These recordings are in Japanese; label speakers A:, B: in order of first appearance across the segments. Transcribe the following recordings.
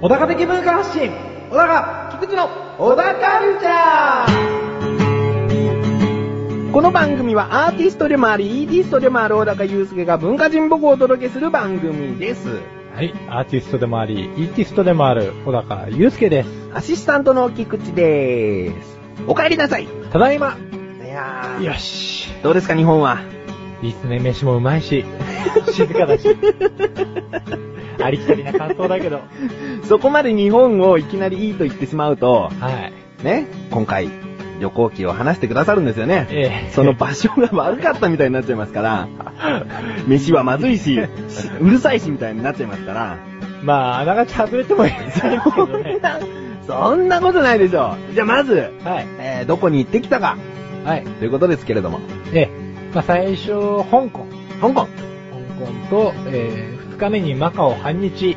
A: 小高的文化発信小高菊池の小高カルチャーこの番組はアーティストでもあり、イーティストでもある小高祐介が文化人僕をお届けする番組です。
B: はい、アーティストでもあり、イーティストでもある、小高祐介です。
A: アシスタントの菊池です。お帰りなさい。い
B: ただいま
A: やー、
B: よし
A: どうですか日本は。
B: いいっすね、飯もうま いし、静かだし。ありきたりな感想だけど。
A: そこまで日本をいきなりいいと言ってしまうと、
B: はい。
A: ね、今回旅行記を話してくださるんですよね。
B: ええ
A: その場所が悪かったみたいになっちゃいますから、飯はまずいし、しうるさいしみたいになっちゃいますから、
B: まあ、あながち外れてもいいですけ
A: そ
B: ど
A: ん
B: ね。
A: な、そんなことないでしょ。じゃあまず、
B: はい。
A: えーどこに行ってきたか、
B: はい。
A: ということですけれども、
B: ええまあ、最初、香港。
A: 香港。
B: 香港と、え2日目にマカオ半日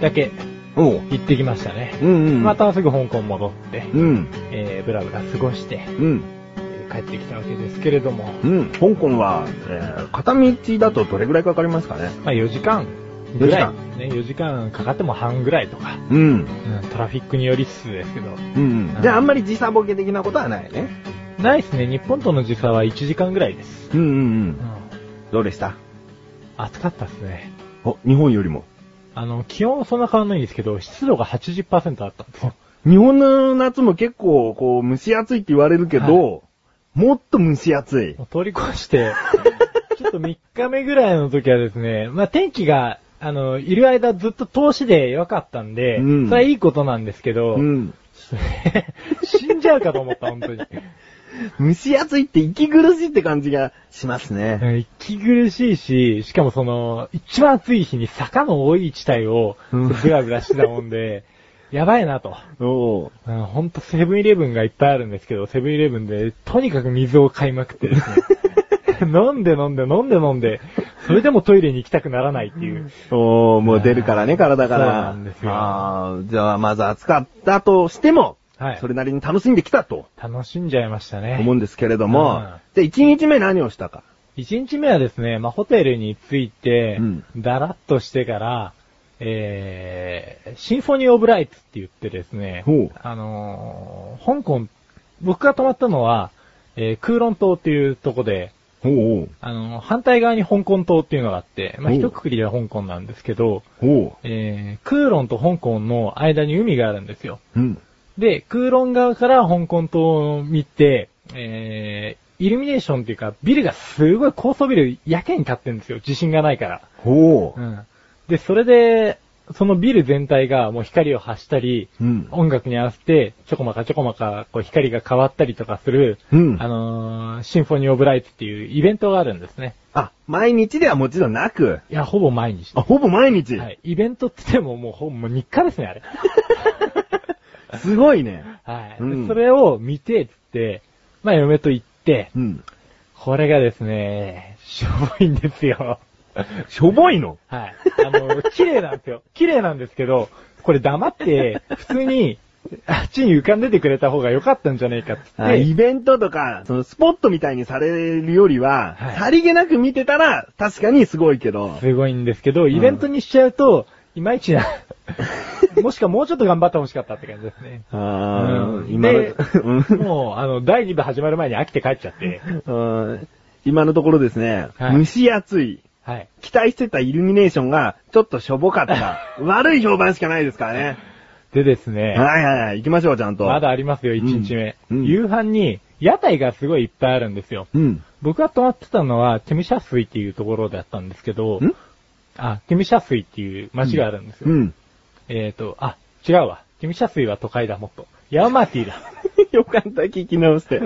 B: だけ
A: おう。
B: 行ってきましたね。
A: うんうん。
B: ま、たすぐ香港戻って、
A: うん。
B: えー、ブラブラ過ごして、
A: うん。
B: えー帰ってきたわけですけれども、
A: うん。香港は、えー片道だとどれぐらいかかりますかね
B: まあ4時間ぐらい
A: 4時。
B: ね、4時間かかっても半ぐらいとか、
A: うん。
B: うんトラフィックによりつつですけど。
A: うん、うん。じゃああんまり時差ボケ的なことはないね。
B: ないですね、日本との時差は1時間ぐらいです。
A: うんうんう。
B: うんん。
A: どうでした
B: 暑かったですね。
A: お、日本よりも。
B: あの、気温はそんな変わんないんですけど、湿度が80%あったんですよ。
A: 日本の夏も結構、こう、蒸し暑いって言われるけど、もっと蒸し暑い。
B: もう通り越して、 ちょっと3日目ぐらいの時はですね、まあ天気が、あの、いる間ずっと通しで良かったんで、
A: うん
B: それはいいことなんですけど、
A: うん。
B: 死んじゃうかと思った、本当に。
A: 蒸し暑いって息苦しいって感じがしますね。
B: 息苦しいし、しかもその、一番暑い日に坂の多い地帯を、
A: うん
B: ブラブラしてたもんで、やばいなと。
A: おう
B: うんほんとセブンイレブンがいっぱいあるんですけど、セブンイレブンで、とにかく水を買いまくっ てですね。飲んで飲んで飲んで飲んで、それでもトイレに行きたくならないっていう。
A: おうもう出るからね、体から。
B: そうなんですよ
A: あーじゃあ、まず暑かったとしても、
B: はい
A: そ。れなりに楽しんできたと
B: 楽しんじゃいましたね。
A: 思うんですけれども、
B: う
A: じ
B: ん
A: ゃあ1日目何をしたか。
B: 一日目はですね、まあ、ホテルに着いて、
A: うん
B: だらっとしてから、えー、シンフォニー・オブ・ライツって言ってですね
A: ほう、
B: あのー香港、僕が泊まったのは、えー、クーロン島っていうとこで、
A: おう
B: あのー反対側に香港島っていうのがあって、まあ、
A: ほう
B: 一括りでは香港なんですけど、
A: おう。おう。
B: えー、クーロンと香港の間に海があるんですよ。
A: うん。
B: で、クーロン側から香港島を見て、えー、イルミネーションっていうか、ビルがすごい高層ビル、やけに建ってるんですよ。地震がないから。
A: おう
B: う。ん。で、それで、そのビル全体がもう光を発したり、
A: うん
B: 音楽に合わせて、ちょこまかちょこまか、こう光が変わったりとかする、
A: うん
B: あのーシンフォニー・オブ・ライツっていうイベントがあるんですね。
A: あ、毎日ではもちろんなく、
B: いや、ほぼ毎日。
A: あ、ほぼ毎日。
B: はい。イベントって言ってももうほぼもう日課ですね、あれ。
A: すごいね。
B: はい。
A: うん
B: それを見て、つって、まあ嫁と行って、
A: うん。
B: これがですね、しょぼいんですよ。
A: しょぼいの
B: はい。あの、綺麗なんですよ。綺麗なんですけど、これ黙って、普通に、あっちに浮かんでてくれた方が良かったんじゃねえかっつって、
A: あイベントとか、そのスポットみたいにされるよりは、
B: はい
A: さりげなく見てたら、確かにすごいけど。
B: すごいんですけど、イベントにしちゃうと、いまいちな、もしかもうちょっと頑張ってほしかったって感じですね。
A: あ
B: う
A: ー
B: ん
A: 今
B: で
A: の、うん
B: もう、あの、第2部始まる前に飽きて帰っち ゃって、
A: うん今のところですね、
B: はい
A: 蒸し暑い。
B: はい。
A: 期待してたイルミネーションが、ちょっとしょぼか った。悪い評判しかないですからね。
B: でですね、
A: はいはいはい、行きましょう、ちゃんと。
B: まだありますよ、1日目。
A: うんうん
B: 夕飯に、屋台がすごいいっぱいあるんですよ。
A: うん。
B: 僕が泊まってたのは、テミシャ水っていうところだったんですけど、
A: ん
B: あ、テミシャ水っていう街があるんですよ。
A: うん。
B: えっ、と、あ、違うわ。テミシャ水は都会だ、もっと。ヤウマーティー だ。
A: よかった、聞き直 して。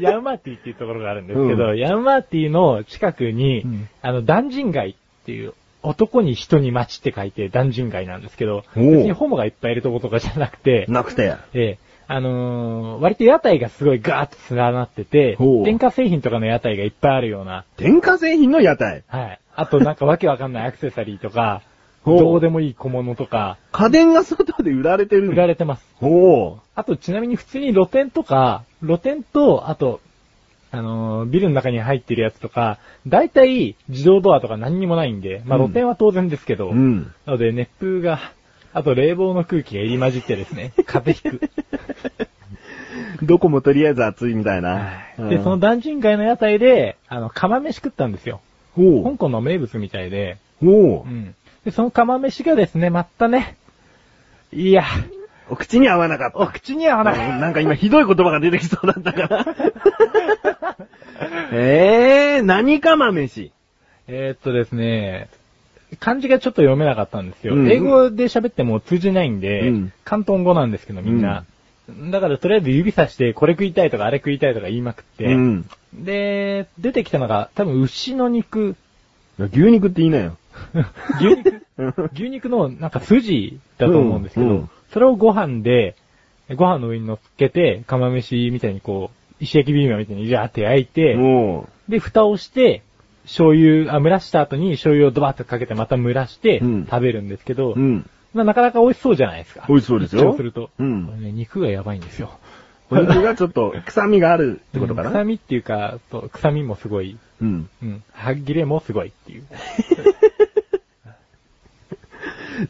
B: ヤウマーティーっていうところがあるんですけど、
A: う
B: ヤウマーティーの近くに、
A: うん
B: あの、ダンジン街っていう、男に人に街って書いて、ダンジン街なんですけど、
A: お
B: 別
A: う
B: にホモがいっぱいいるとことかじゃなくて、
A: なくて。
B: ええあのー割と屋台がすごいガーッと連なってて
A: ほう、
B: 電化製品とかの屋台がいっぱいあるような、
A: 電化製品の屋台。
B: はい。あとなんかわけわかんないアクセサリーとか、
A: ほう
B: どうでもいい小物とか、
A: 家電が外で売られてる
B: 売
A: んだ。
B: られてます。
A: ほ
B: あと、ちなみに普通に露店とか、露店と、あと、あのービルの中に入ってるやつとか、大体自動ドアとか何にもないんで、まあ
A: うん
B: 露店は当然ですけど、
A: う。うん。
B: なので熱風が、あと冷房の空気が入り混じってで すね、風邪ひく。
A: どこもとりあえず暑いみたいな。
B: で、その団人街の屋台で、あの、釜飯食ったんですよ。
A: うん、ほ
B: 香港の名物みたいで、
A: う。ほ
B: う
A: う。
B: ん。で、その釜飯がですね、またね、いや、
A: お口に合わなかった。
B: お口に合わ
A: うん
B: ない。
A: なんか今ひどい言葉が出てきそうだったから。 えー、何釜飯。
B: えーっとですね、漢字がちょっと読めなかったんですよ。
A: うん
B: 英語で喋っても通じないんで、
A: うん
B: 関東語なんですけど、みんな。だからとりあえず指さして、これ食いたいとかあれ食いたいとか言いまくって、
A: うん。
B: で、出てきたのが、多分牛 の肉、
A: 牛肉って言いなよ。
B: 牛肉、
A: うん
B: 牛肉のなんか筋だと思うんですけど、
A: うんうん
B: それをご飯で、ご飯の上に乗っけて、釜飯みたいにこう、石焼きビーマンみたいにジャーって焼いて、
A: も
B: で、蓋をして、醤油、あ、蒸らした後に醤油をドバッとかけてまた蒸らして
A: うん
B: 食べるんですけど、
A: う。うん。
B: まあ、なかなか美味しそうじゃないですか。
A: 美味しそうですよ
B: 一応すると。
A: うん
B: これね肉がやばいんですよ。
A: お肉がちょっと臭みがあるってことか
B: うん
A: な
B: 臭。みっていうか、そう臭みもすごい。
A: うん。
B: うん。歯切れもすごいっていう。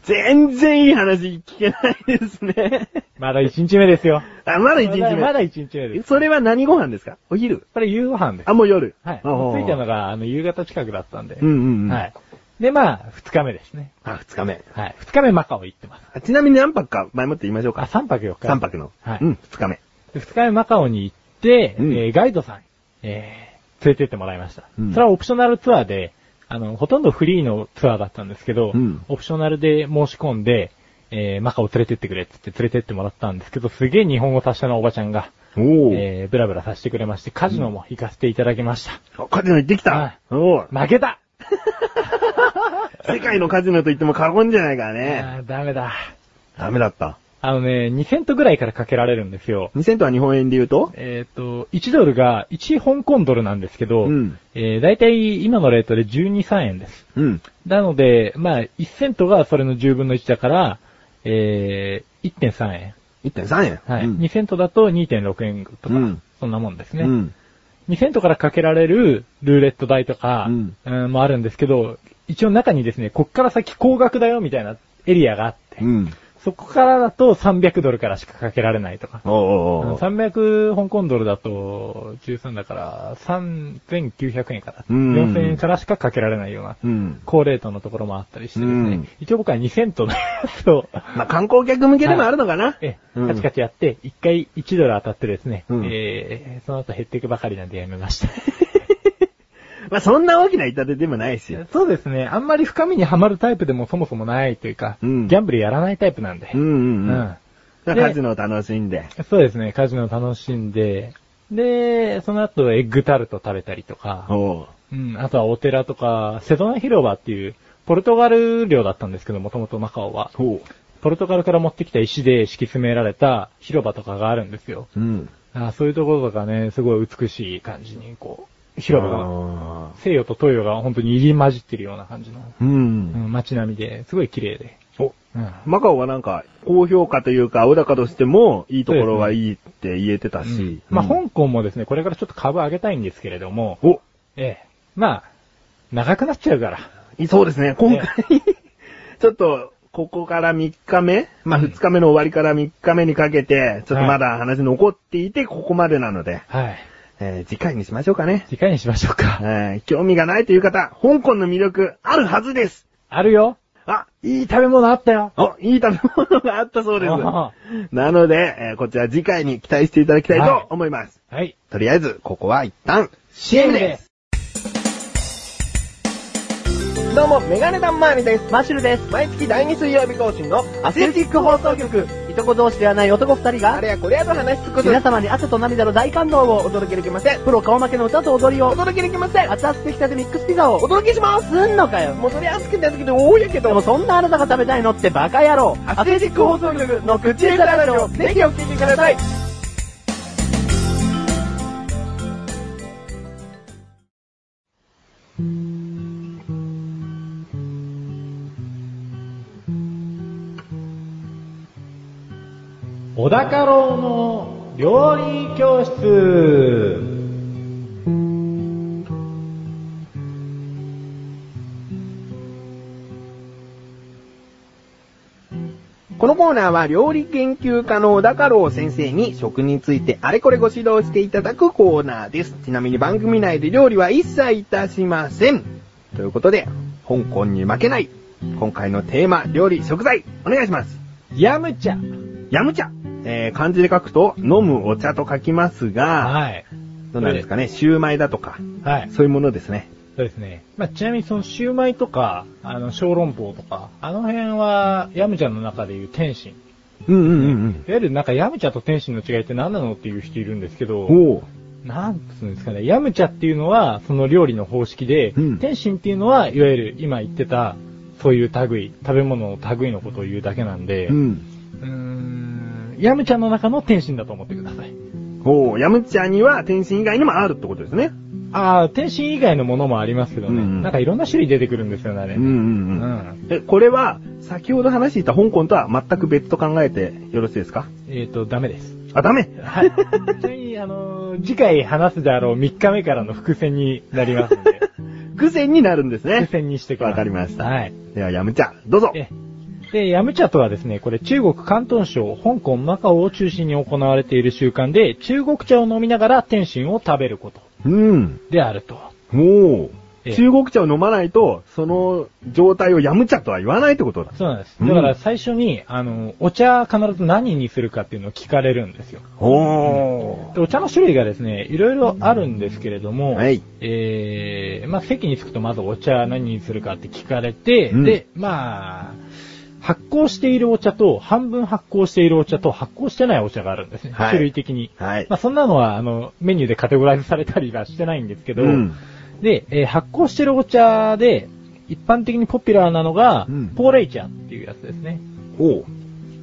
A: 全然いい話聞けないですね。
B: まだ1日目ですよ。
A: あ、まだ1日目。
B: まだ1日目です。
A: それは何ご飯ですかお昼
B: これ夕ご飯です
A: あ、。もう夜。
B: はい。
A: おー
B: 着いたのが、あの、夕方近くだったんで。
A: うんうんうん。
B: はい。で、まあ、二日目ですね。
A: あ、二日目。
B: はい。二日目マカオ行ってます。
A: あちなみに何泊か前もって言いましょう
B: あ、
A: か。
B: 三泊四日。
A: 三泊の。
B: はい
A: うん、二日目。
B: で二日目マカオに行って、
A: うん
B: えーガイドさん、えー、連れてってもらいました、
A: うん
B: それはオプショナルツアーで、あの、ほとんどフリーのツアーだったんですけど、
A: うん
B: オプショナルで申し込んで、えー、マカオ連れてってくれってって連れてってもらったんですけど、すげえ日本語達者なおばちゃんが、
A: おー。
B: えー、ブラブラさせてくれまして、カジノも行かせていただきました。
A: あカジノ行ってき
B: はい
A: た。おー。
B: 負けた
A: 世界のカジノと言っても過言じゃないからね。
B: あーダメだ。
A: ダメだった。
B: あのね、2セントぐらいからかけられるんですよ。
A: 2セントは日本円で言うと
B: えっ、と、1ドルが1香港ドルなんですけど、
A: うん
B: えー、だいたい今のレートで12、3円です。
A: うん。
B: なので、まあ、1セントがそれの10分の1だから、えー、1.3円。
A: 1.3円。
B: はい。
A: うん
B: 2セントだと2.6円とか、
A: うん
B: そんなもんですね、
A: うん。
B: 2セントからかけられるルーレット代とか、
A: うん
B: うんもあるんですけど、一応中にですね、こっから先高額だよみたいなエリアがあって、
A: うん。
B: そこからだと300ドルからしかかけられないとか。
A: おーおーおー
B: 300香港ドルだと13だから3900円から、
A: うん
B: 4000円からしかかけられないような
A: うん。
B: 高レートのところもあったりしてですね、
A: うん
B: 一応僕は2セントのやつを、
A: まあ、観光客向けでもあるのかな
B: え、
A: うん
B: カチカチやって、1回1ドル当たってですね、
A: うん
B: えーその後減っていくばかりなんでやめ ました。
A: まあ、そんな大きな痛手でもないし。
B: そうですね、あんまり深みにはまるタイプでもそもそもないというか、
A: うん
B: ギャンブルやらないタイプなんで、
A: うんうんうん。
B: うん
A: カジノを楽しんで。
B: そうですね、カジノ楽しんで、で、その後エッグタルト食べたりとか、
A: おー
B: うん、あとはお寺とか、セドナ広場っていう、ポルトガル領だったんですけど、もともとマカオは。
A: ほ
B: ポルトガルから持ってきた石で敷き詰められた広場とかがあるんですよ。
A: う。うん。
B: あそういうところとかね、すごい美しい感じに、こう、広場が、
A: あ
B: 西洋と東洋が本当に入り混じってるような感じの、
A: ーう。
B: うんん、街並みで、すごい綺麗で。
A: お、
B: うん。
A: マカオはなんか、高評価というか、青高としても、いいところはいいって言えてたし。うん
B: まあ、香港もですね、これからちょっと株上げたいんですけれども、
A: お、
B: ええ、まあ、長くなっちゃうから。
A: いそうですね、今回、 ちょっと、ここから3日目まあ、2日目の終わりから3日目にかけて、ちょっとまだ話残っていて、ここまでなので、
B: はい。
A: えー次回にしましょうかね。
B: 次回にしましょうか。
A: えー興味がないという方、香港の魅力、あるはずです
B: あるよ
A: あ、
B: いい食べ物あったよ
A: お、いい食べ物があったそうです。
B: あ
A: なので、えーこちら次回に期待していただきたいと思います。
B: はい。
A: とりあえず、ここは一旦、
B: ゲー
A: CM
B: ム
A: です
B: すどうも、メガネタンマーニです。マシュルです。毎月第2水曜日更新の
C: アスレチック放送局、いとこ同士ではない男二人あ
A: あ
C: が、
A: れやこれやと話しつくと
C: 皆様に汗と涙の大感動をお届けできません。プロ顔負けの歌と踊りを、
A: お届けできません
C: 熱々できたてミックスピザを、お届けしますすんのかよ
A: もうそれ熱くなってきて大やけ
C: で
A: ど
C: もそんなあなたが食べたいのってバカ野郎アスレチック放送局の口でラジオ、ぜひお聞きください
B: 小高郎の料理教室。
A: このコーナーは料理研究家の小高郎先生に食についてあれこれご指導していただくコーナーです。ちなみに番組内で料理は一切いたしません。ということで、香港に負けない。今回のテーマ、料理、食材、お願いします。
B: ヤムチャ。
A: ヤム茶。えー、漢字で書くと、飲むお茶と書きますが、
B: はい。
A: どうなんですかね、シューマイだとか、
B: はい。
A: そういうものですね。
B: そうですね。まあ、ちなみにそのシューマイとか、あの、小籠包とか、あの辺は、ヤムチャの中でいう天津。
A: うんうんうん
B: いわゆるなんかヤムチャと天津の違いって何なのっていう人いるんですけど、
A: うん。おー。
B: なんつうんですかね、ヤムチャっていうのはその料理の方式で、
A: うん
B: 天津っていうのはいわゆる今言ってた、そういう類、食べ物の類のことを言うだけなんで、
A: う。
B: うんーん、ヤムチャの中の天津だと思ってください。
A: おー、ヤムチャには天津以外にもあるってことですね。
B: あー、天津以外のものもありますけどね、
A: うん
B: なんかいろんな種類出てくるんですよね、あれ。
A: うんうんうん。
B: うん
A: え、これは、先ほど話していた香港とは全く別と考えてよろしいですか
B: えっ、と、ダメです。
A: あ、ダメ
B: はい。ちなみに、あのー次回話すであろう3日目からの伏線になります ので、
A: 偶然になるんです
B: 伏
A: ね。
B: 線にしてください。
A: わかりました
B: はい。
A: では、ヤムチャ、どうぞ。
B: えで、ヤムチャとはですね、これ中国広東省、香港、マカオを中心に行われている習慣で、中国茶を飲みながら天津を食べること
A: うん。
B: であると。
A: もう、
B: ええ
A: 中国茶を飲まないと、その状態をヤムチャとは言わないってことだ。
B: そうなんです。
A: うん
B: だから最初に、あの、お茶必ず何にするかっていうのを聞かれるんですよ。
A: お
B: でお茶の種類がですね、いろいろあるんですけれども、
A: はい
B: えー、まあ席に着くとまずお茶何にするかって聞かれて、
A: うん
B: で、まあ、発酵しているお茶と、半分発酵しているお茶と、発酵してないお茶があるんですね。
A: はい
B: 種類的に。
A: はい
B: まあそんなのは、あの、メニューでカテゴライズされたりはしてないんですけど、
A: うん
B: で、えー発酵してるお茶で、一般的にポピュラーなのが、
A: うん
B: ポーレイ茶っていうやつですね。
A: おう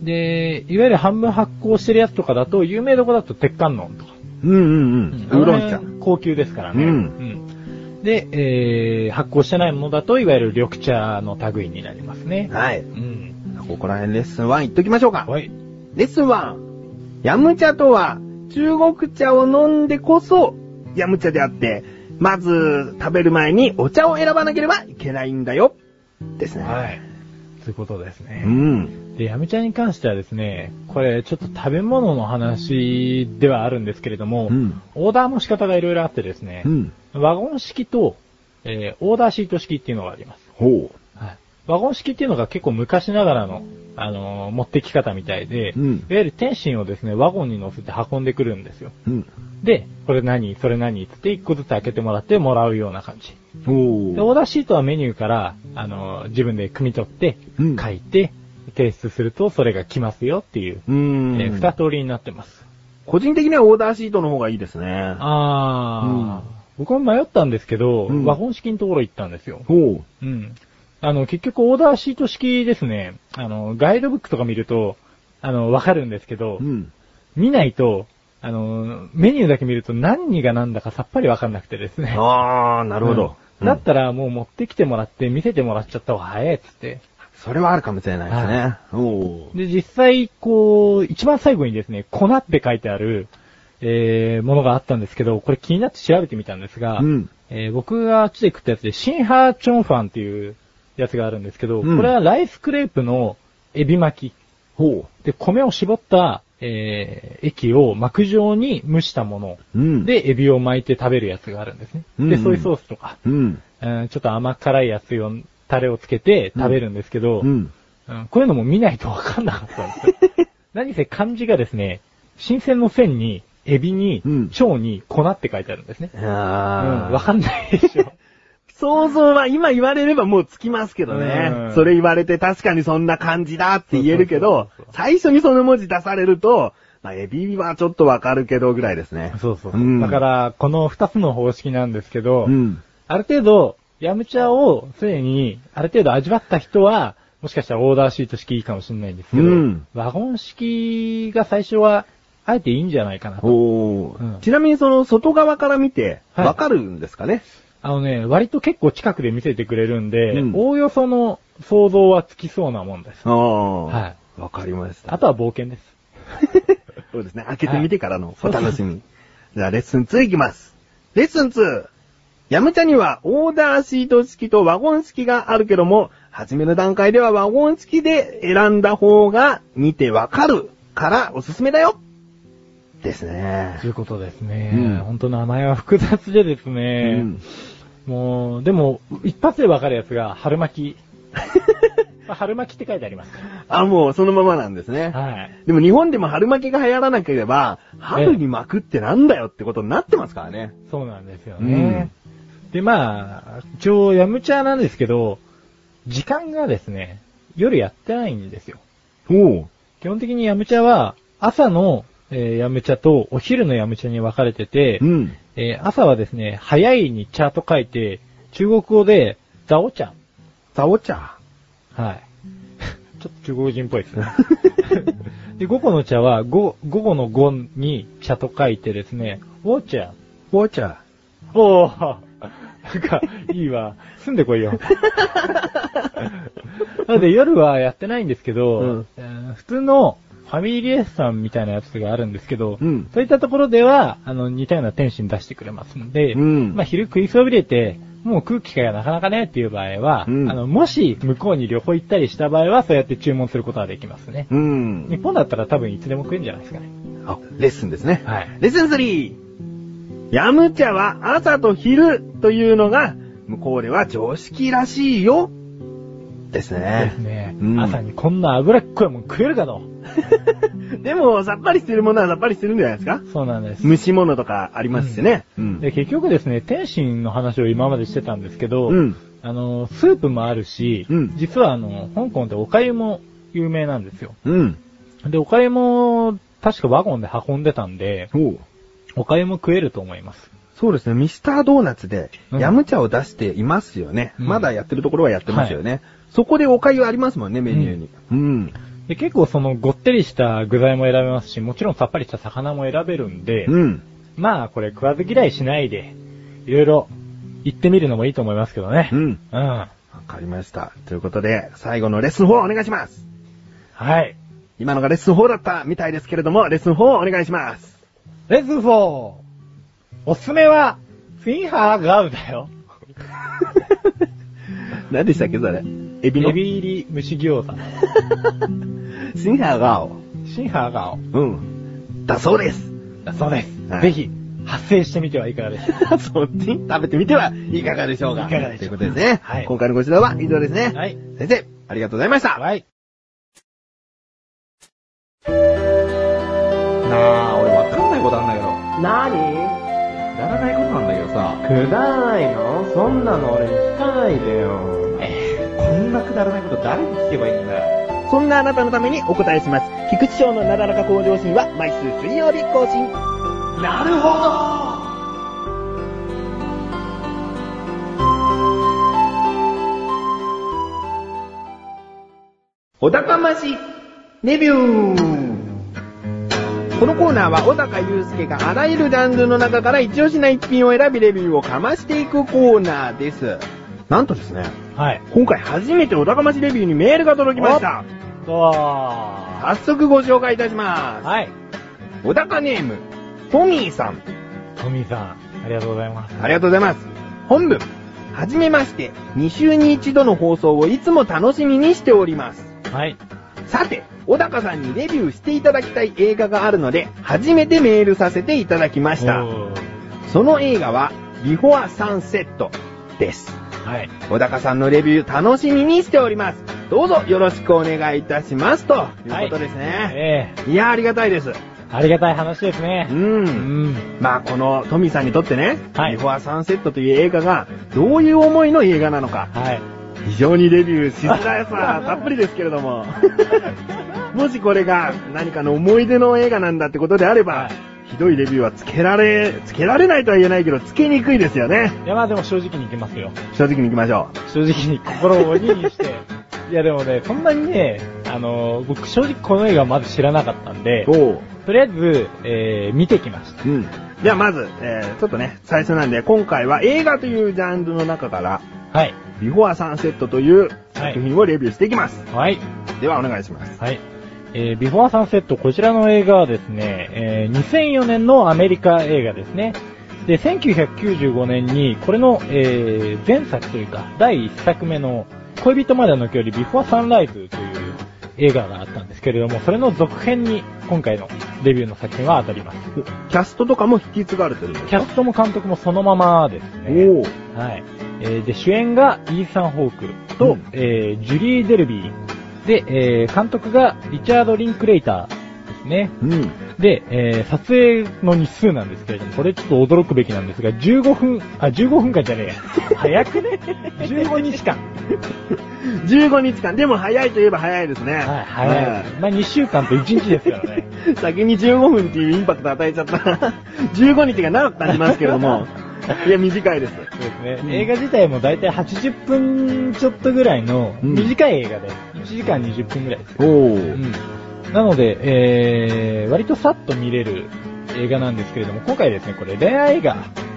B: で、いわゆる半分発酵してるやつとかだと、有名どこだと鉄観音とか。
A: うんうんうん。ウーロン
B: あ
A: 茶
B: の。辺高級ですからね。
A: うん
B: うんで、えー発酵してないものだと、いわゆる緑茶の類になりますね。
A: はい。
B: うん。
A: ここら辺レッスン1行っときましょうか。
B: はい。
A: レッスン 1! ヤム茶とは、中国茶を飲んでこそ、ヤム茶であって、まず、食べる前にお茶を選ばなければいけないんだよ。ですね。
B: はい。ということです
A: う
B: ね。
A: ん。
B: で、ヤムチャに関してはですね、これ、ちょっと食べ物の話ではあるんですけれども、
A: うん
B: オーダーの仕方がいろいろあってですね、
A: うん。
B: ワゴン式と、えーオーダーシート式っていうのがあります。
A: ほ
B: はい。ワゴン式っていうのが結構昔ながらの、あのー持ってき方みたいで、
A: うん
B: いわゆる天津をですね、ワゴンに乗せて運んでくるんですよ。
A: う。うん。
B: で、これ何それ何つって一個ずつ開けてもらってもらうような感じ。で、
A: ほ
B: オーダーシートはメニューから、あのー自分で組み取って、
A: うん
B: 書いて、提出するとそれが来ますよっていう、
A: う。うん。
B: えー二通りになってます。
A: 個人的にはオーダーシートの方がいいですね。
B: あ
A: ー
B: ー。僕も迷ったんですけど、
A: うん
B: ワゴン式のところ行ったんですよ。
A: ほう。
B: うん。あの、結局オーダーシート式ですね。あの、ガイドブックとか見ると、あの、わかるんですけど、
A: うん。
B: 見ないと、あの、メニューだけ見ると何が何だかさっぱりわかんなくてですね。
A: あー、なるほど。
B: うんだったらもう持ってきてもらって見せてもらっちゃった方が早いっつって。
A: それはあるかもしれないです
B: は
A: ね。ほう。
B: で、実際、こう、一番最後にですね、粉って書いてある、えー、ものがあったんですけど、これ気になって調べてみたんですが、
A: うん
B: えー僕があっちで食ったやつで、シンハーチョンファンっていうやつがあるんですけど、
A: うん
B: これはライスクレープのエビ巻き。
A: ほ
B: で、米を絞った、えー、液を膜状に蒸したもの。
A: う。うん。、
B: で、エビを巻いて食べるやつがあるんですね。
A: うんう
B: で、
A: ん
B: ソイソースとか、
A: うん。
B: うんちょっと甘辛いやつを、タレをつけて食べるんですけど、
A: うん。
B: うんこういうのも見ないとわかんなかったんで すよ。何せ漢字がですね、新鮮の線に、エビに、
A: うん
B: 蝶に、粉って書いてあるんですね。うん、
A: あー。
B: わかんないでしょ。
A: 想像は今言われればもうつきますけど
B: う
A: ね。
B: ん
A: それ言われて確かにそんな感じだって言えるけど
B: そうそうそうそ、う
A: 最初にその文字出されると、まあ、エビはちょっとわかるけどぐらいですね。
B: そうそう。
A: ん
B: だか、ら、この二つの方式なんですけど、
A: うん。
B: ある程度、ヤムチャをすでに、ある程度味わった人は、もしかしたらオーダーシート式いいかもしれないんですけど、
A: うん
B: ワゴン式が最初は、あえていいんじゃないかなと。
A: お
B: う
A: ー
B: ん
A: ちなみにその外側から見て、
B: はい
A: わかるんですかね。
B: あのね、割と結構近くで見せてくれるんで、
A: うん
B: おおよその想像はつきそうなもんです。
A: ああ。。
B: はい
A: わかりました。
B: あとは冒険です。
A: そうですね。開けてみてからのお楽しみ。じゃあ、レッスン2いきます。レッスン 2! ヤムチャにはオーダーシート付きとワゴン付きがあるけども、初めの段階ではワゴン付きで選んだ方が見てわかるからおすすめだよですね
B: とい。うことですね。
A: うん
B: ほんと名前は複雑でですね。
A: うん
B: もう、でも、一発でわかるやつが、春巻き。 まあ春巻きって書いてあります。
A: あ、もうそのままなんですね。
B: はい。
A: でも日本でも春巻きが流行らなければ、春に巻くってなんだよってことになってますからね。
B: そうなんですよね。で、まあ、一応、やむちゃなんですけど、時間がですね、夜やってないんですよ。
A: ほ
B: 基本的にやむちゃは、朝の、えー、やむちゃとお昼のやむちゃに分かれてて、
A: うん。
B: えー朝はですね、早いに茶と書いて、中国語で、ザオちゃん。
A: ザオ茶。
B: はい。ちょっと中国人っぽいですね。 で、午後の茶は、午午後の午に茶と書いてですね、ウォーチャー。
A: ウォーチャー。
B: おーなんか、いいわ。住んでこい よ。なので夜はやってないんですけど、
A: うん
B: えー普通のファミリーレストランみたいなやつがあるんですけど、
A: うん
B: そういったところでは、あの、似たような天心出してくれますので、
A: うん
B: まあ昼食いそびれて、もう空気がなかなかねっていう場合は、
A: うん
B: あの、もし向こうに旅行行ったりした場合は、そうやって注文することはできますね。
A: うん。
B: 日本だったら多分いつでも食えるんじゃないですかね。
A: あ、レッスンですね。
B: はい
A: レッスン 3! ヤムチャは朝と昼というのが、向こうでは常識らしいよです
B: で
A: ね
B: す。ね。
A: うん
B: 朝にこんな脂っこいもん食えるかの
A: でも、さっぱりしてるものはさっぱりしてるんじゃないですか
B: そうなんです。
A: 蒸し物とかありますしね。うん
B: で、結局ですね、天津の話を今までしてたんですけど、
A: うん
B: あの、スープもあるし、
A: うん
B: 実はあの、香港ってお粥も有名なんですよ。
A: うん。
B: で、お粥も、確かワゴンで運んでたんで、
A: そう。
B: お粥も食えると思います。
A: そうですね、ミスタードーナツで、
B: うん
A: ヤムチャを出していますよね。
B: うん
A: まだやってるところはやってますよね。そこでお粥ありますもんね、メニューに。うん。
B: で、結構その、ごってりした具材も選べますし、もちろんさっぱりした魚も選べるんで、
A: うん。
B: まあ、これ食わず嫌いしないで、いろいろ、行ってみるのもいいと思いますけどね。
A: うん。
B: うん。
A: わかりました。ということで、最後のレッスン4お願いします。
B: はい。
A: 今のがレッスン4だったみたいですけれども、レッスン4お願いします。
B: レッスン 4! おすすめは、フィンハーガウだよ。
A: 何でしたっけ、それ。エビの。
B: エビ入り蒸し餃子。
A: シンハーガオ。
B: シンハーガオ。
A: うん。だそうです。
B: だそうです。
A: はい
B: ぜひ、発生してみてはいかがでしょ う
A: そっち食べてみてはいかがでしょうか。
B: いかがでし
A: とい
B: ょうか
A: うことですね。
B: はい
A: 今回のご指導は以上ですね。
B: か。はい。
A: 先生、ありがとうございました。
B: はい。
A: なあ、俺わかんないことあんだけど。
C: なに
A: くだらないことなんだけどさ、
C: くだらないのそんなの俺に聞かないでよ。
A: こんなくだらないこと誰に聞けばいいんだよ。そんなあなたのためにお答えします。菊池賞のなだらか向上心は毎週水曜日更新。なるほどお高ましレビューこのコーナーは小高祐介があらゆるジャンルの中から一押しな一品を選びレビューをかましていくコーナーです。なんとですね、
B: はい。
A: 今回初めて小高ましレビューにメールが届きました。
B: とは
A: 早速ご紹介いたします。
B: い。
A: 小高ネーム、トミーさん。
B: トミーさん、ありがとうございます。
A: ありがとうございます。本文、はじめまして、2週に1度の放送をいつも楽しみにしております。
B: はい。
A: さて、小高さんにレビューしていただきたい映画があるので、初めてメールさせていただきました。
B: おー
A: その映画は、ビフォアサンセットです。
B: はい。
A: 小高さんのレビュー楽しみにしております。どうぞよろしくお願いいたします。ということですね。
B: ええ
A: い、や、ありがたいです。
B: ありがたい話です
A: う。
B: ね。うんん。
A: まあ、このトミーさんにとってね、
B: はい
A: ビフォアサンセットという映画が、どういう思いの映画なのか、
B: はい。
A: 非常にレビューしづらさたっぷりですけれど も、もしこれが何かの思い出の映画なんだってことであれば、
B: はい
A: ひどいレビューはつけられ、つけられないとは言えないけど、つけにくいですよね。
B: いや、まあでも正直にいきますよ。
A: 正直に行きましょ
B: 正直に心を鬼にして。 いやでもね、そんなにね、あのー僕正直この映画まず知らなかったんで
A: う。、おう。
B: とりあえず、えー、見てきました。
A: うん。ではまず、えー、ちょっとね、最初なんで、今回は映画というジャンルの中から、
B: はい。
A: ビフォアサンセットという作品をレビューしていきます。
B: はい。
A: ではお願いします。
B: はい。えービフォーサンセット、こちらの映画はですね、えー2004年のアメリカ映画ですね。で、1995年に、これの、えー前作というか、第1作目の、恋人までの距離、ビフォーサンライズという映画があったんですけれども、それの続編に、今回のレビューの作品は当たります。
A: キャストとかも引き継がれてるんです
B: キャストも監督もそのままですね。
A: おー
B: はい。えーで、主演がイーサン・ホークと、
A: うん
B: えージュリー・デルビー。で、えー監督がリチャード・リンクレイターですね。
A: うん。
B: で、えー撮影の日数なんですけれども、これちょっと驚くべきなんですが、15分、あ、15分間じゃねえや。 早くね ?15 日間。
A: 15日間。でも早いといえば早いですね。
B: はい、早い。まあ、2週間と1日ですからね。
A: い。先に15分っていうインパクト与えちゃった。15日が長く感じますけれど も。いや、短いです。
B: そうですね、
A: うん
B: 映画自体も大体80分ちょっとぐらいの
A: うん
B: 短い映画で、1時間20分ぐらいです
A: おー。
B: うんなので、えー、割とさっと見れる映画なんですけれども、今回ですね、これ恋愛映画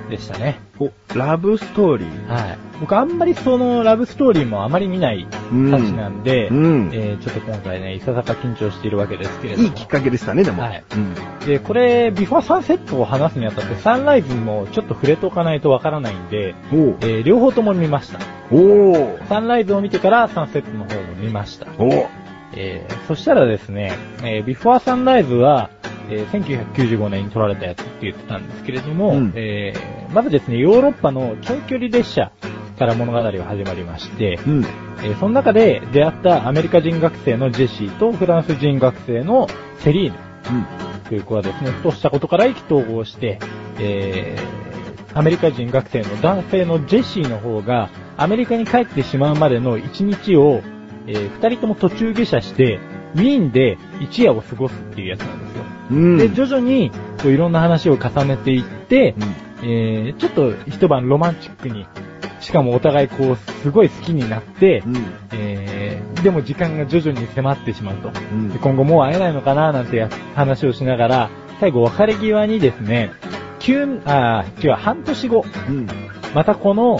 B: でしたね。
A: お、ラブストーリー。
B: はい。僕あんまりそのラブストーリーもあまり見ないたちなんで、
A: うん
B: えー、ちょっと今回ね、いささか緊張しているわけですけれども。
A: いいきっかけでしたね、でも。
B: はい
A: うん。
B: で、これ、ビフォーサンセットを話すにあたって、サンライズもちょっと触れておかないとわからないんで、
A: お
B: え
A: ー。
B: ー、両方とも見ました。
A: おー。
B: サンライズを見てからサンセットの方も見ました。
A: おー。
B: えーそしたらですね、えービフォーサンライズは、えー1995年に撮られたやつって言ってたんですけれども、
A: うん
B: えーまずですね、ヨーロッパの長距離列車から物語は始まりまして、
A: うん。
B: えーその中で出会ったアメリカ人学生のジェシーとフランス人学生のセリーヌという子はですね、ふとしたことから意気投合して、えーアメリカ人学生の男性のジェシーの方が、アメリカに帰ってしまうまでの一日を、えー二人とも途中下車して、ウィーンで一夜を過ごすっていうやつなんですよ。
A: うん。
B: で、徐々に、こういろんな話を重ねていって、
A: うん
B: えーちょっと一晩ロマンチックに、しかもお互いこう、すごい好きになって、
A: うん。
B: えーでも時間が徐々に迫ってしまうと。
A: うん
B: で今後もう会えないのかななんてや話をしながら、最後別れ際にですね、9、あー、違う、半年後、
A: うん。
B: またこの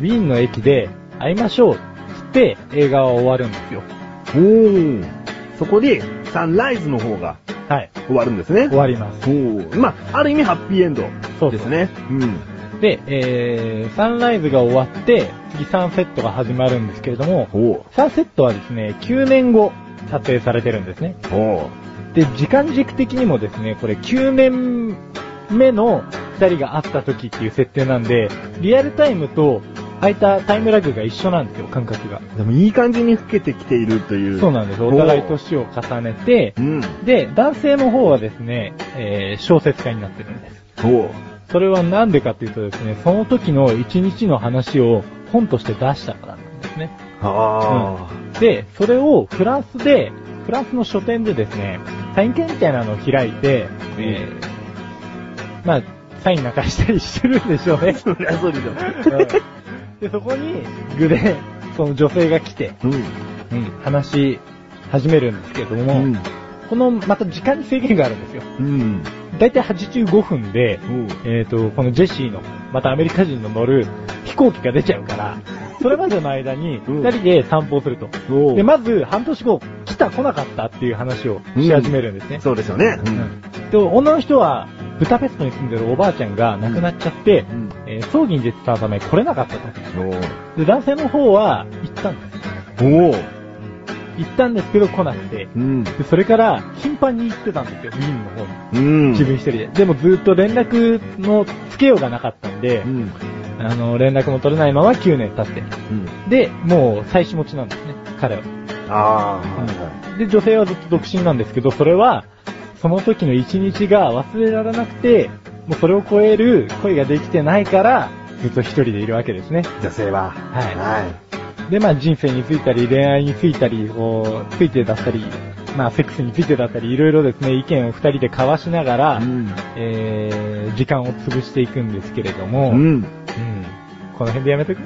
B: ウィーンの駅で会いましょうっつって映画は終わるんですよ。
A: おー。そこで、サンライズの方が
B: はい。
A: 終わるんですね。
B: 終わります。
A: おー。まあ、ある意味ハッピーエンド
B: そうそう
A: ですね。うん。
B: で、えー、サンライズが終わって、次サンセットが始まるんですけれども、
A: おー。
B: サンセットはですね、9年後撮影されてるんですね。
A: おー。
B: で、時間軸的にもですね、これ9年目の2人が会った時っていう設定なんで、リアルタイムと空いたタイムラグが一緒なんですよ、感覚が。
A: でもいい感じに老けてきているという。
B: そうなんです。お互い年を重ねて
A: う、ん。
B: で、男性の方はですね、えー小説家になってるんです。
A: お
B: それはなんでかっていうとですね、その時の1日の話を本として出したからなんですね。
A: あ
B: で、それをフランスで、フランスの書店でですね、サイン会みたいなのを開いて、えーまあ、サインなんかしたりしてるんでしょうね。
A: あ。そりゃそうでしょ。
B: うんで、そこに、具で、その女性が来て、
A: うん。
B: 話し始めるんですけれども、
A: うん
B: この、また時間に制限があるんですよ。
A: うん。
B: だいたい85分で、
A: お
B: えっ、と、このジェシーの、またアメリカ人の乗る飛行機が出ちゃうから、それまでの間に、
A: うん
B: 二人で散歩をすると。
A: お
B: で、まず、半年後、来た、来なかったっていう話をし始めるんですね。
A: そうですよね。う
B: う。んで、女の人は、ブタペストに住んでるおばあちゃんが亡くなっちゃって、
A: うん
B: えー葬儀に出てたため来れなかったと。
A: お
B: で、男性の方は、行ったんです。
A: お
B: 行ったんですけど来なくて。
A: うん。
B: で、それから、頻繁に行ってたんですよ、ウィーンの方に。
A: うん。
B: 自分一人で。でもずっと連絡のつけようがなかったんで、
A: うん。
B: あの、連絡も取れないまま9年経って。
A: うん。
B: で、もう、妻子持ちなんですね、彼は。
A: あ
B: で、女性はずっと独身なんですけど、それは、その時の一日が忘れられなくて、もうそれを超える恋ができてないから、ずっと一人でいるわけですね。
A: あ。女性は。
B: はい
A: は
B: で、まあ人生についたり、恋愛についたり、こう、ついてだったり、まあセックスについてだったり、いろいろですね、意見を二人で交わしながら、
A: うん
B: えー、時間を潰していくんですけれど
A: い。
B: も、
A: うん。
B: うんこの辺でやめ とく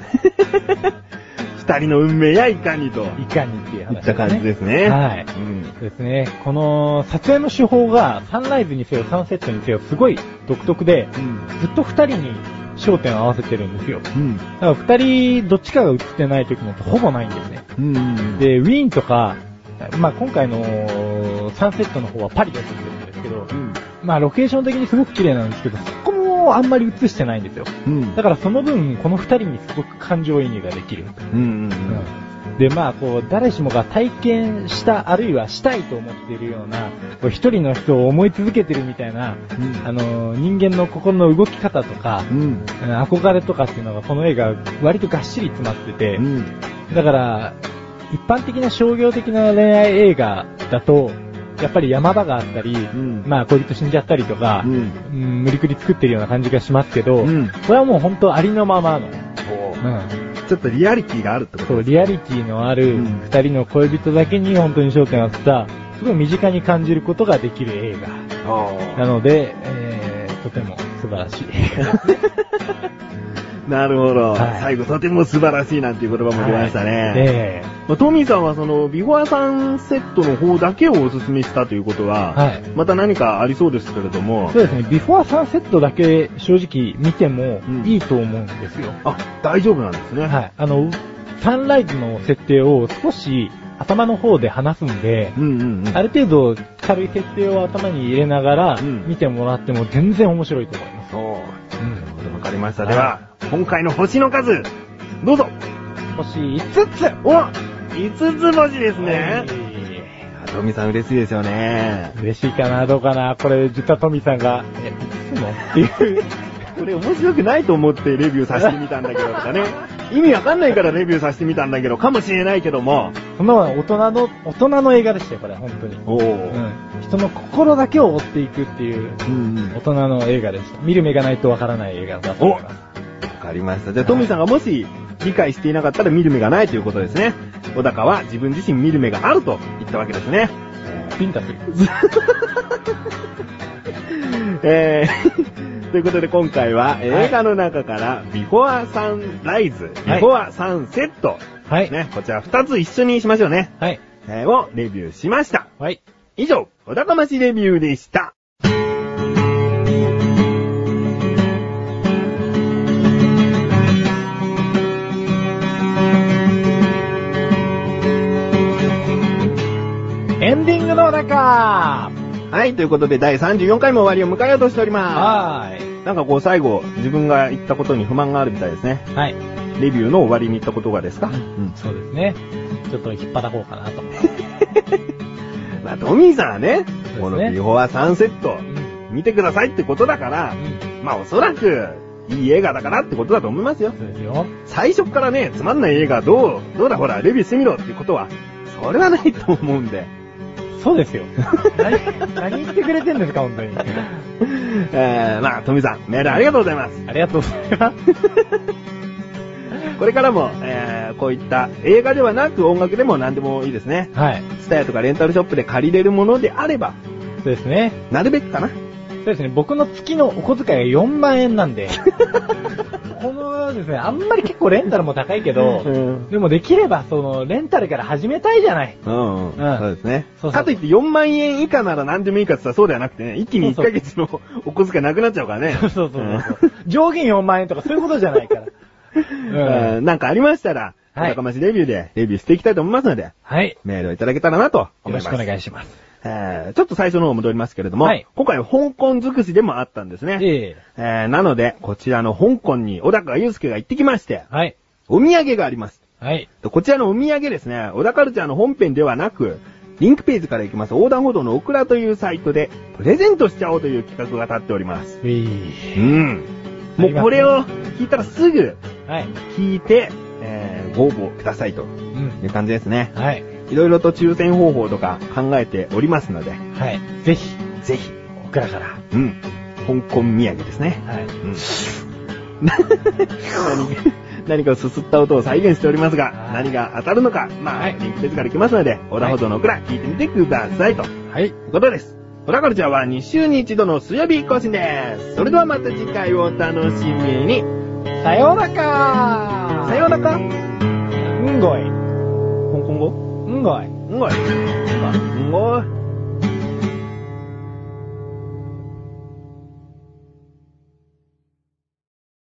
A: 二人の運命やいかにと。
B: いかにっていう話、
A: い
B: ね。
A: った感じですね。
B: はい。
A: うん。
B: ですね。この撮影の手法がサンライズにせよサンセットにせよすごい独特で、
A: うん。
B: ずっと二人に焦点を合わせてるんですよ。
A: うん。
B: だから二人どっちかが映ってない時なんてほぼないんですね。
A: うん。、
B: で、ウィーンとか、まあ今回のサンセットの方はパリで撮ってるんですけど、まあロケーション的にすごく綺麗なんですけど、そこもあんまり映してないんですよ。
A: うん。うん。
B: だからその分、この二人にすごく感情移入ができる。
A: うん。
B: で、まあ、こう、誰しもが体験した、あるいはしたいと思っているような、こう一人の人を思い続けてるみたいな、
A: うん
B: あの、人間の心の動き方とか、
A: うん。
B: 憧れとかっていうのがこの映画割とがっしり詰まってて、
A: うん。
B: だから、一般的な商業的な恋愛映画だと、やっぱり山場があったり、
A: ん
B: まあ恋人死んじゃったりとか、
A: うん
B: うん無理くり作ってるような感じがしますけど、
A: うん
B: これはもう本当ありのままの、
A: ちょっとリアリティがあるってこと
B: そう、リアリティのあ
A: う
B: る
A: ん
B: 二人の恋人だけに本当に焦点を当てた、すごい身近に感じることができる映画。な
A: あ
B: ので、えー、とても素晴らしい映画。
A: あ。なるほど。
B: はい
A: 最後、とても素晴らしいなんていう言葉も出ました
B: はい
A: ね。
B: え
A: まあトミーさんはその、ビフォアサンセットの方だけをお勧めしたということ
B: え
A: は、
B: はい。
A: また何かありそうですけれども
B: そ、うですね、ビフォーサンセットだけ正直見ても
A: うん
B: いいと思うんですよ。
A: あ、大丈夫なんですね。
B: はい。あの、サンライズの設定を少し頭の方で話すんで、
A: うんうんうん。
B: ある程度軽い設定を頭に入れながら
A: うん
B: 見てもらっても全然面白いと思います。
A: そう。
B: うん。
A: わかりました。では、今回の星の数、どうぞ
B: 星5
A: 5つお !5 つ星です
B: つ
A: ね。
B: ね。
A: あトミーさん嬉しいですよね。
B: 嬉しいかな、どうかな。これ、実はトミーさんが、え、いつもっていう。
A: これ面白くないと思ってレビューさせてみたんだけどとか ね。意味わかんないからレビューさせてみたんだけど、かもしれないけども。
B: その大人の、大人の映画でしたよ、これ、本当に。
A: お
B: う
A: ー。
B: ん。人の心だけを追っていくっていう、
A: うんうん
B: 大人の映画でした。見る目がないとわからない映画だと思います。
A: わかりました。じゃあ、トミーさんがもし理解していなかったら見る目がないということですね。小高は自分自身見る目があると言ったわけですね。
B: ピンタス。
A: えー、 ということで今回は映画の中から、ビフォアサンライズ、ビフ
B: はい
A: ォアサンセット、
B: はい。
A: ね、こちら2つ一緒にしましょうね、
B: はい。
A: えーをレビューしました。
B: はい。
A: 以上、小高ましレビューでした。
B: エンディングの中
A: はい、ということで第34回も終わりを迎えようとしておりま
B: はー
A: す。なんかこう最後、自分が言ったことに不満があるみたいですね。
B: い。はい。
A: レビューの終わりに言ったことがですかうん。
B: そうですね。ちょっと引っ張らこうかなと。
A: まあ、トミーさんはね、
B: すね
A: このビフォアサンセット
B: う、ん。
A: 見てくださいってことだから
B: う、ん。
A: まあおそらく、いい映画だからってことだと思いますよ。
B: そうですよ。
A: 最初からね、つまんない映画どう、どうだほら、レビューしてみろってことは、それはないと思うんで。
B: そうですよ。 何、何言ってくれてんですか、本当に。
A: えー、まあ、トミーさん、メールありがとうございます。
B: ありがとうございます。
A: これからも、えー、こういった映画ではなく音楽でも何でもいいですね。
B: はい。
A: スタヤとかレンタルショップで借りれるものであれば、
B: そうですね。
A: なるべくかな。
B: そうですね。僕の月のお小遣いが4万円なん で。このですね、あんまり結構レンタルも高いけど、
A: ん。
B: でもできれば、その、レンタルから始めたいじゃない。
A: うん、うん、
B: うん
A: そうですね。
B: そうそう
A: かといって4万円以下なら何でもいいかって言ったらそうではなくてね、一気に1
B: そうそ
A: ヶ
B: う
A: 月のお小遣いなくなっちゃうからね。
B: そうそうそうそう。上限4万円とかそういうことじゃないから。
A: うん
B: う。
A: うんんなんかありましたら、
B: はい
A: 高ましレビューでレビューしていきたいと思いますので、
B: はい。
A: メールをいただけたらなと
B: よ
A: 思
B: ろ
A: い
B: し
A: ま
B: く
A: す。
B: お願いします。
A: えーちょっと最初の方戻りますけれども、
B: はい
A: 今回は香港尽くしでもあったんですね。
B: ええ。
A: えーなので、こちらの香港に小高祐介が行ってきまして、
B: はい。
A: お土産があります。
B: はい。
A: でこちらのお土産ですね、小田カルチャーの本編ではなく、リンクページから行きます横断歩道のオクラというサイトで、プレゼントしちゃおうという企画が立っております。
B: う
A: う
B: い
A: ん。もうこれを聞いたらすぐ
B: はい。
A: 聞いて、えーご応募くださいと
B: う
A: い
B: ん。
A: う感じですね。
B: はい。
A: いろいろと抽選方法とか考えておりますので、
B: はい。ぜひ、
A: ぜひ、
B: オクラから。
A: うん。香港土産ですね。
B: はい。
A: うん。何か何かをすすった音を再現しておりますが、
B: はい
A: 何が当たるのか、まあ、
B: はい
A: リンクページから来ますので、小田ほどのくらい聞いてみてくださいと。
B: はい。
A: ということです。小田カルチャーは2週に一度の水曜日更新です。それではまた次回をお楽しみに。
B: さようなら
A: さようなら。
B: うんごい。
A: 香港語
B: うんごい。
A: うんごい。うんごい。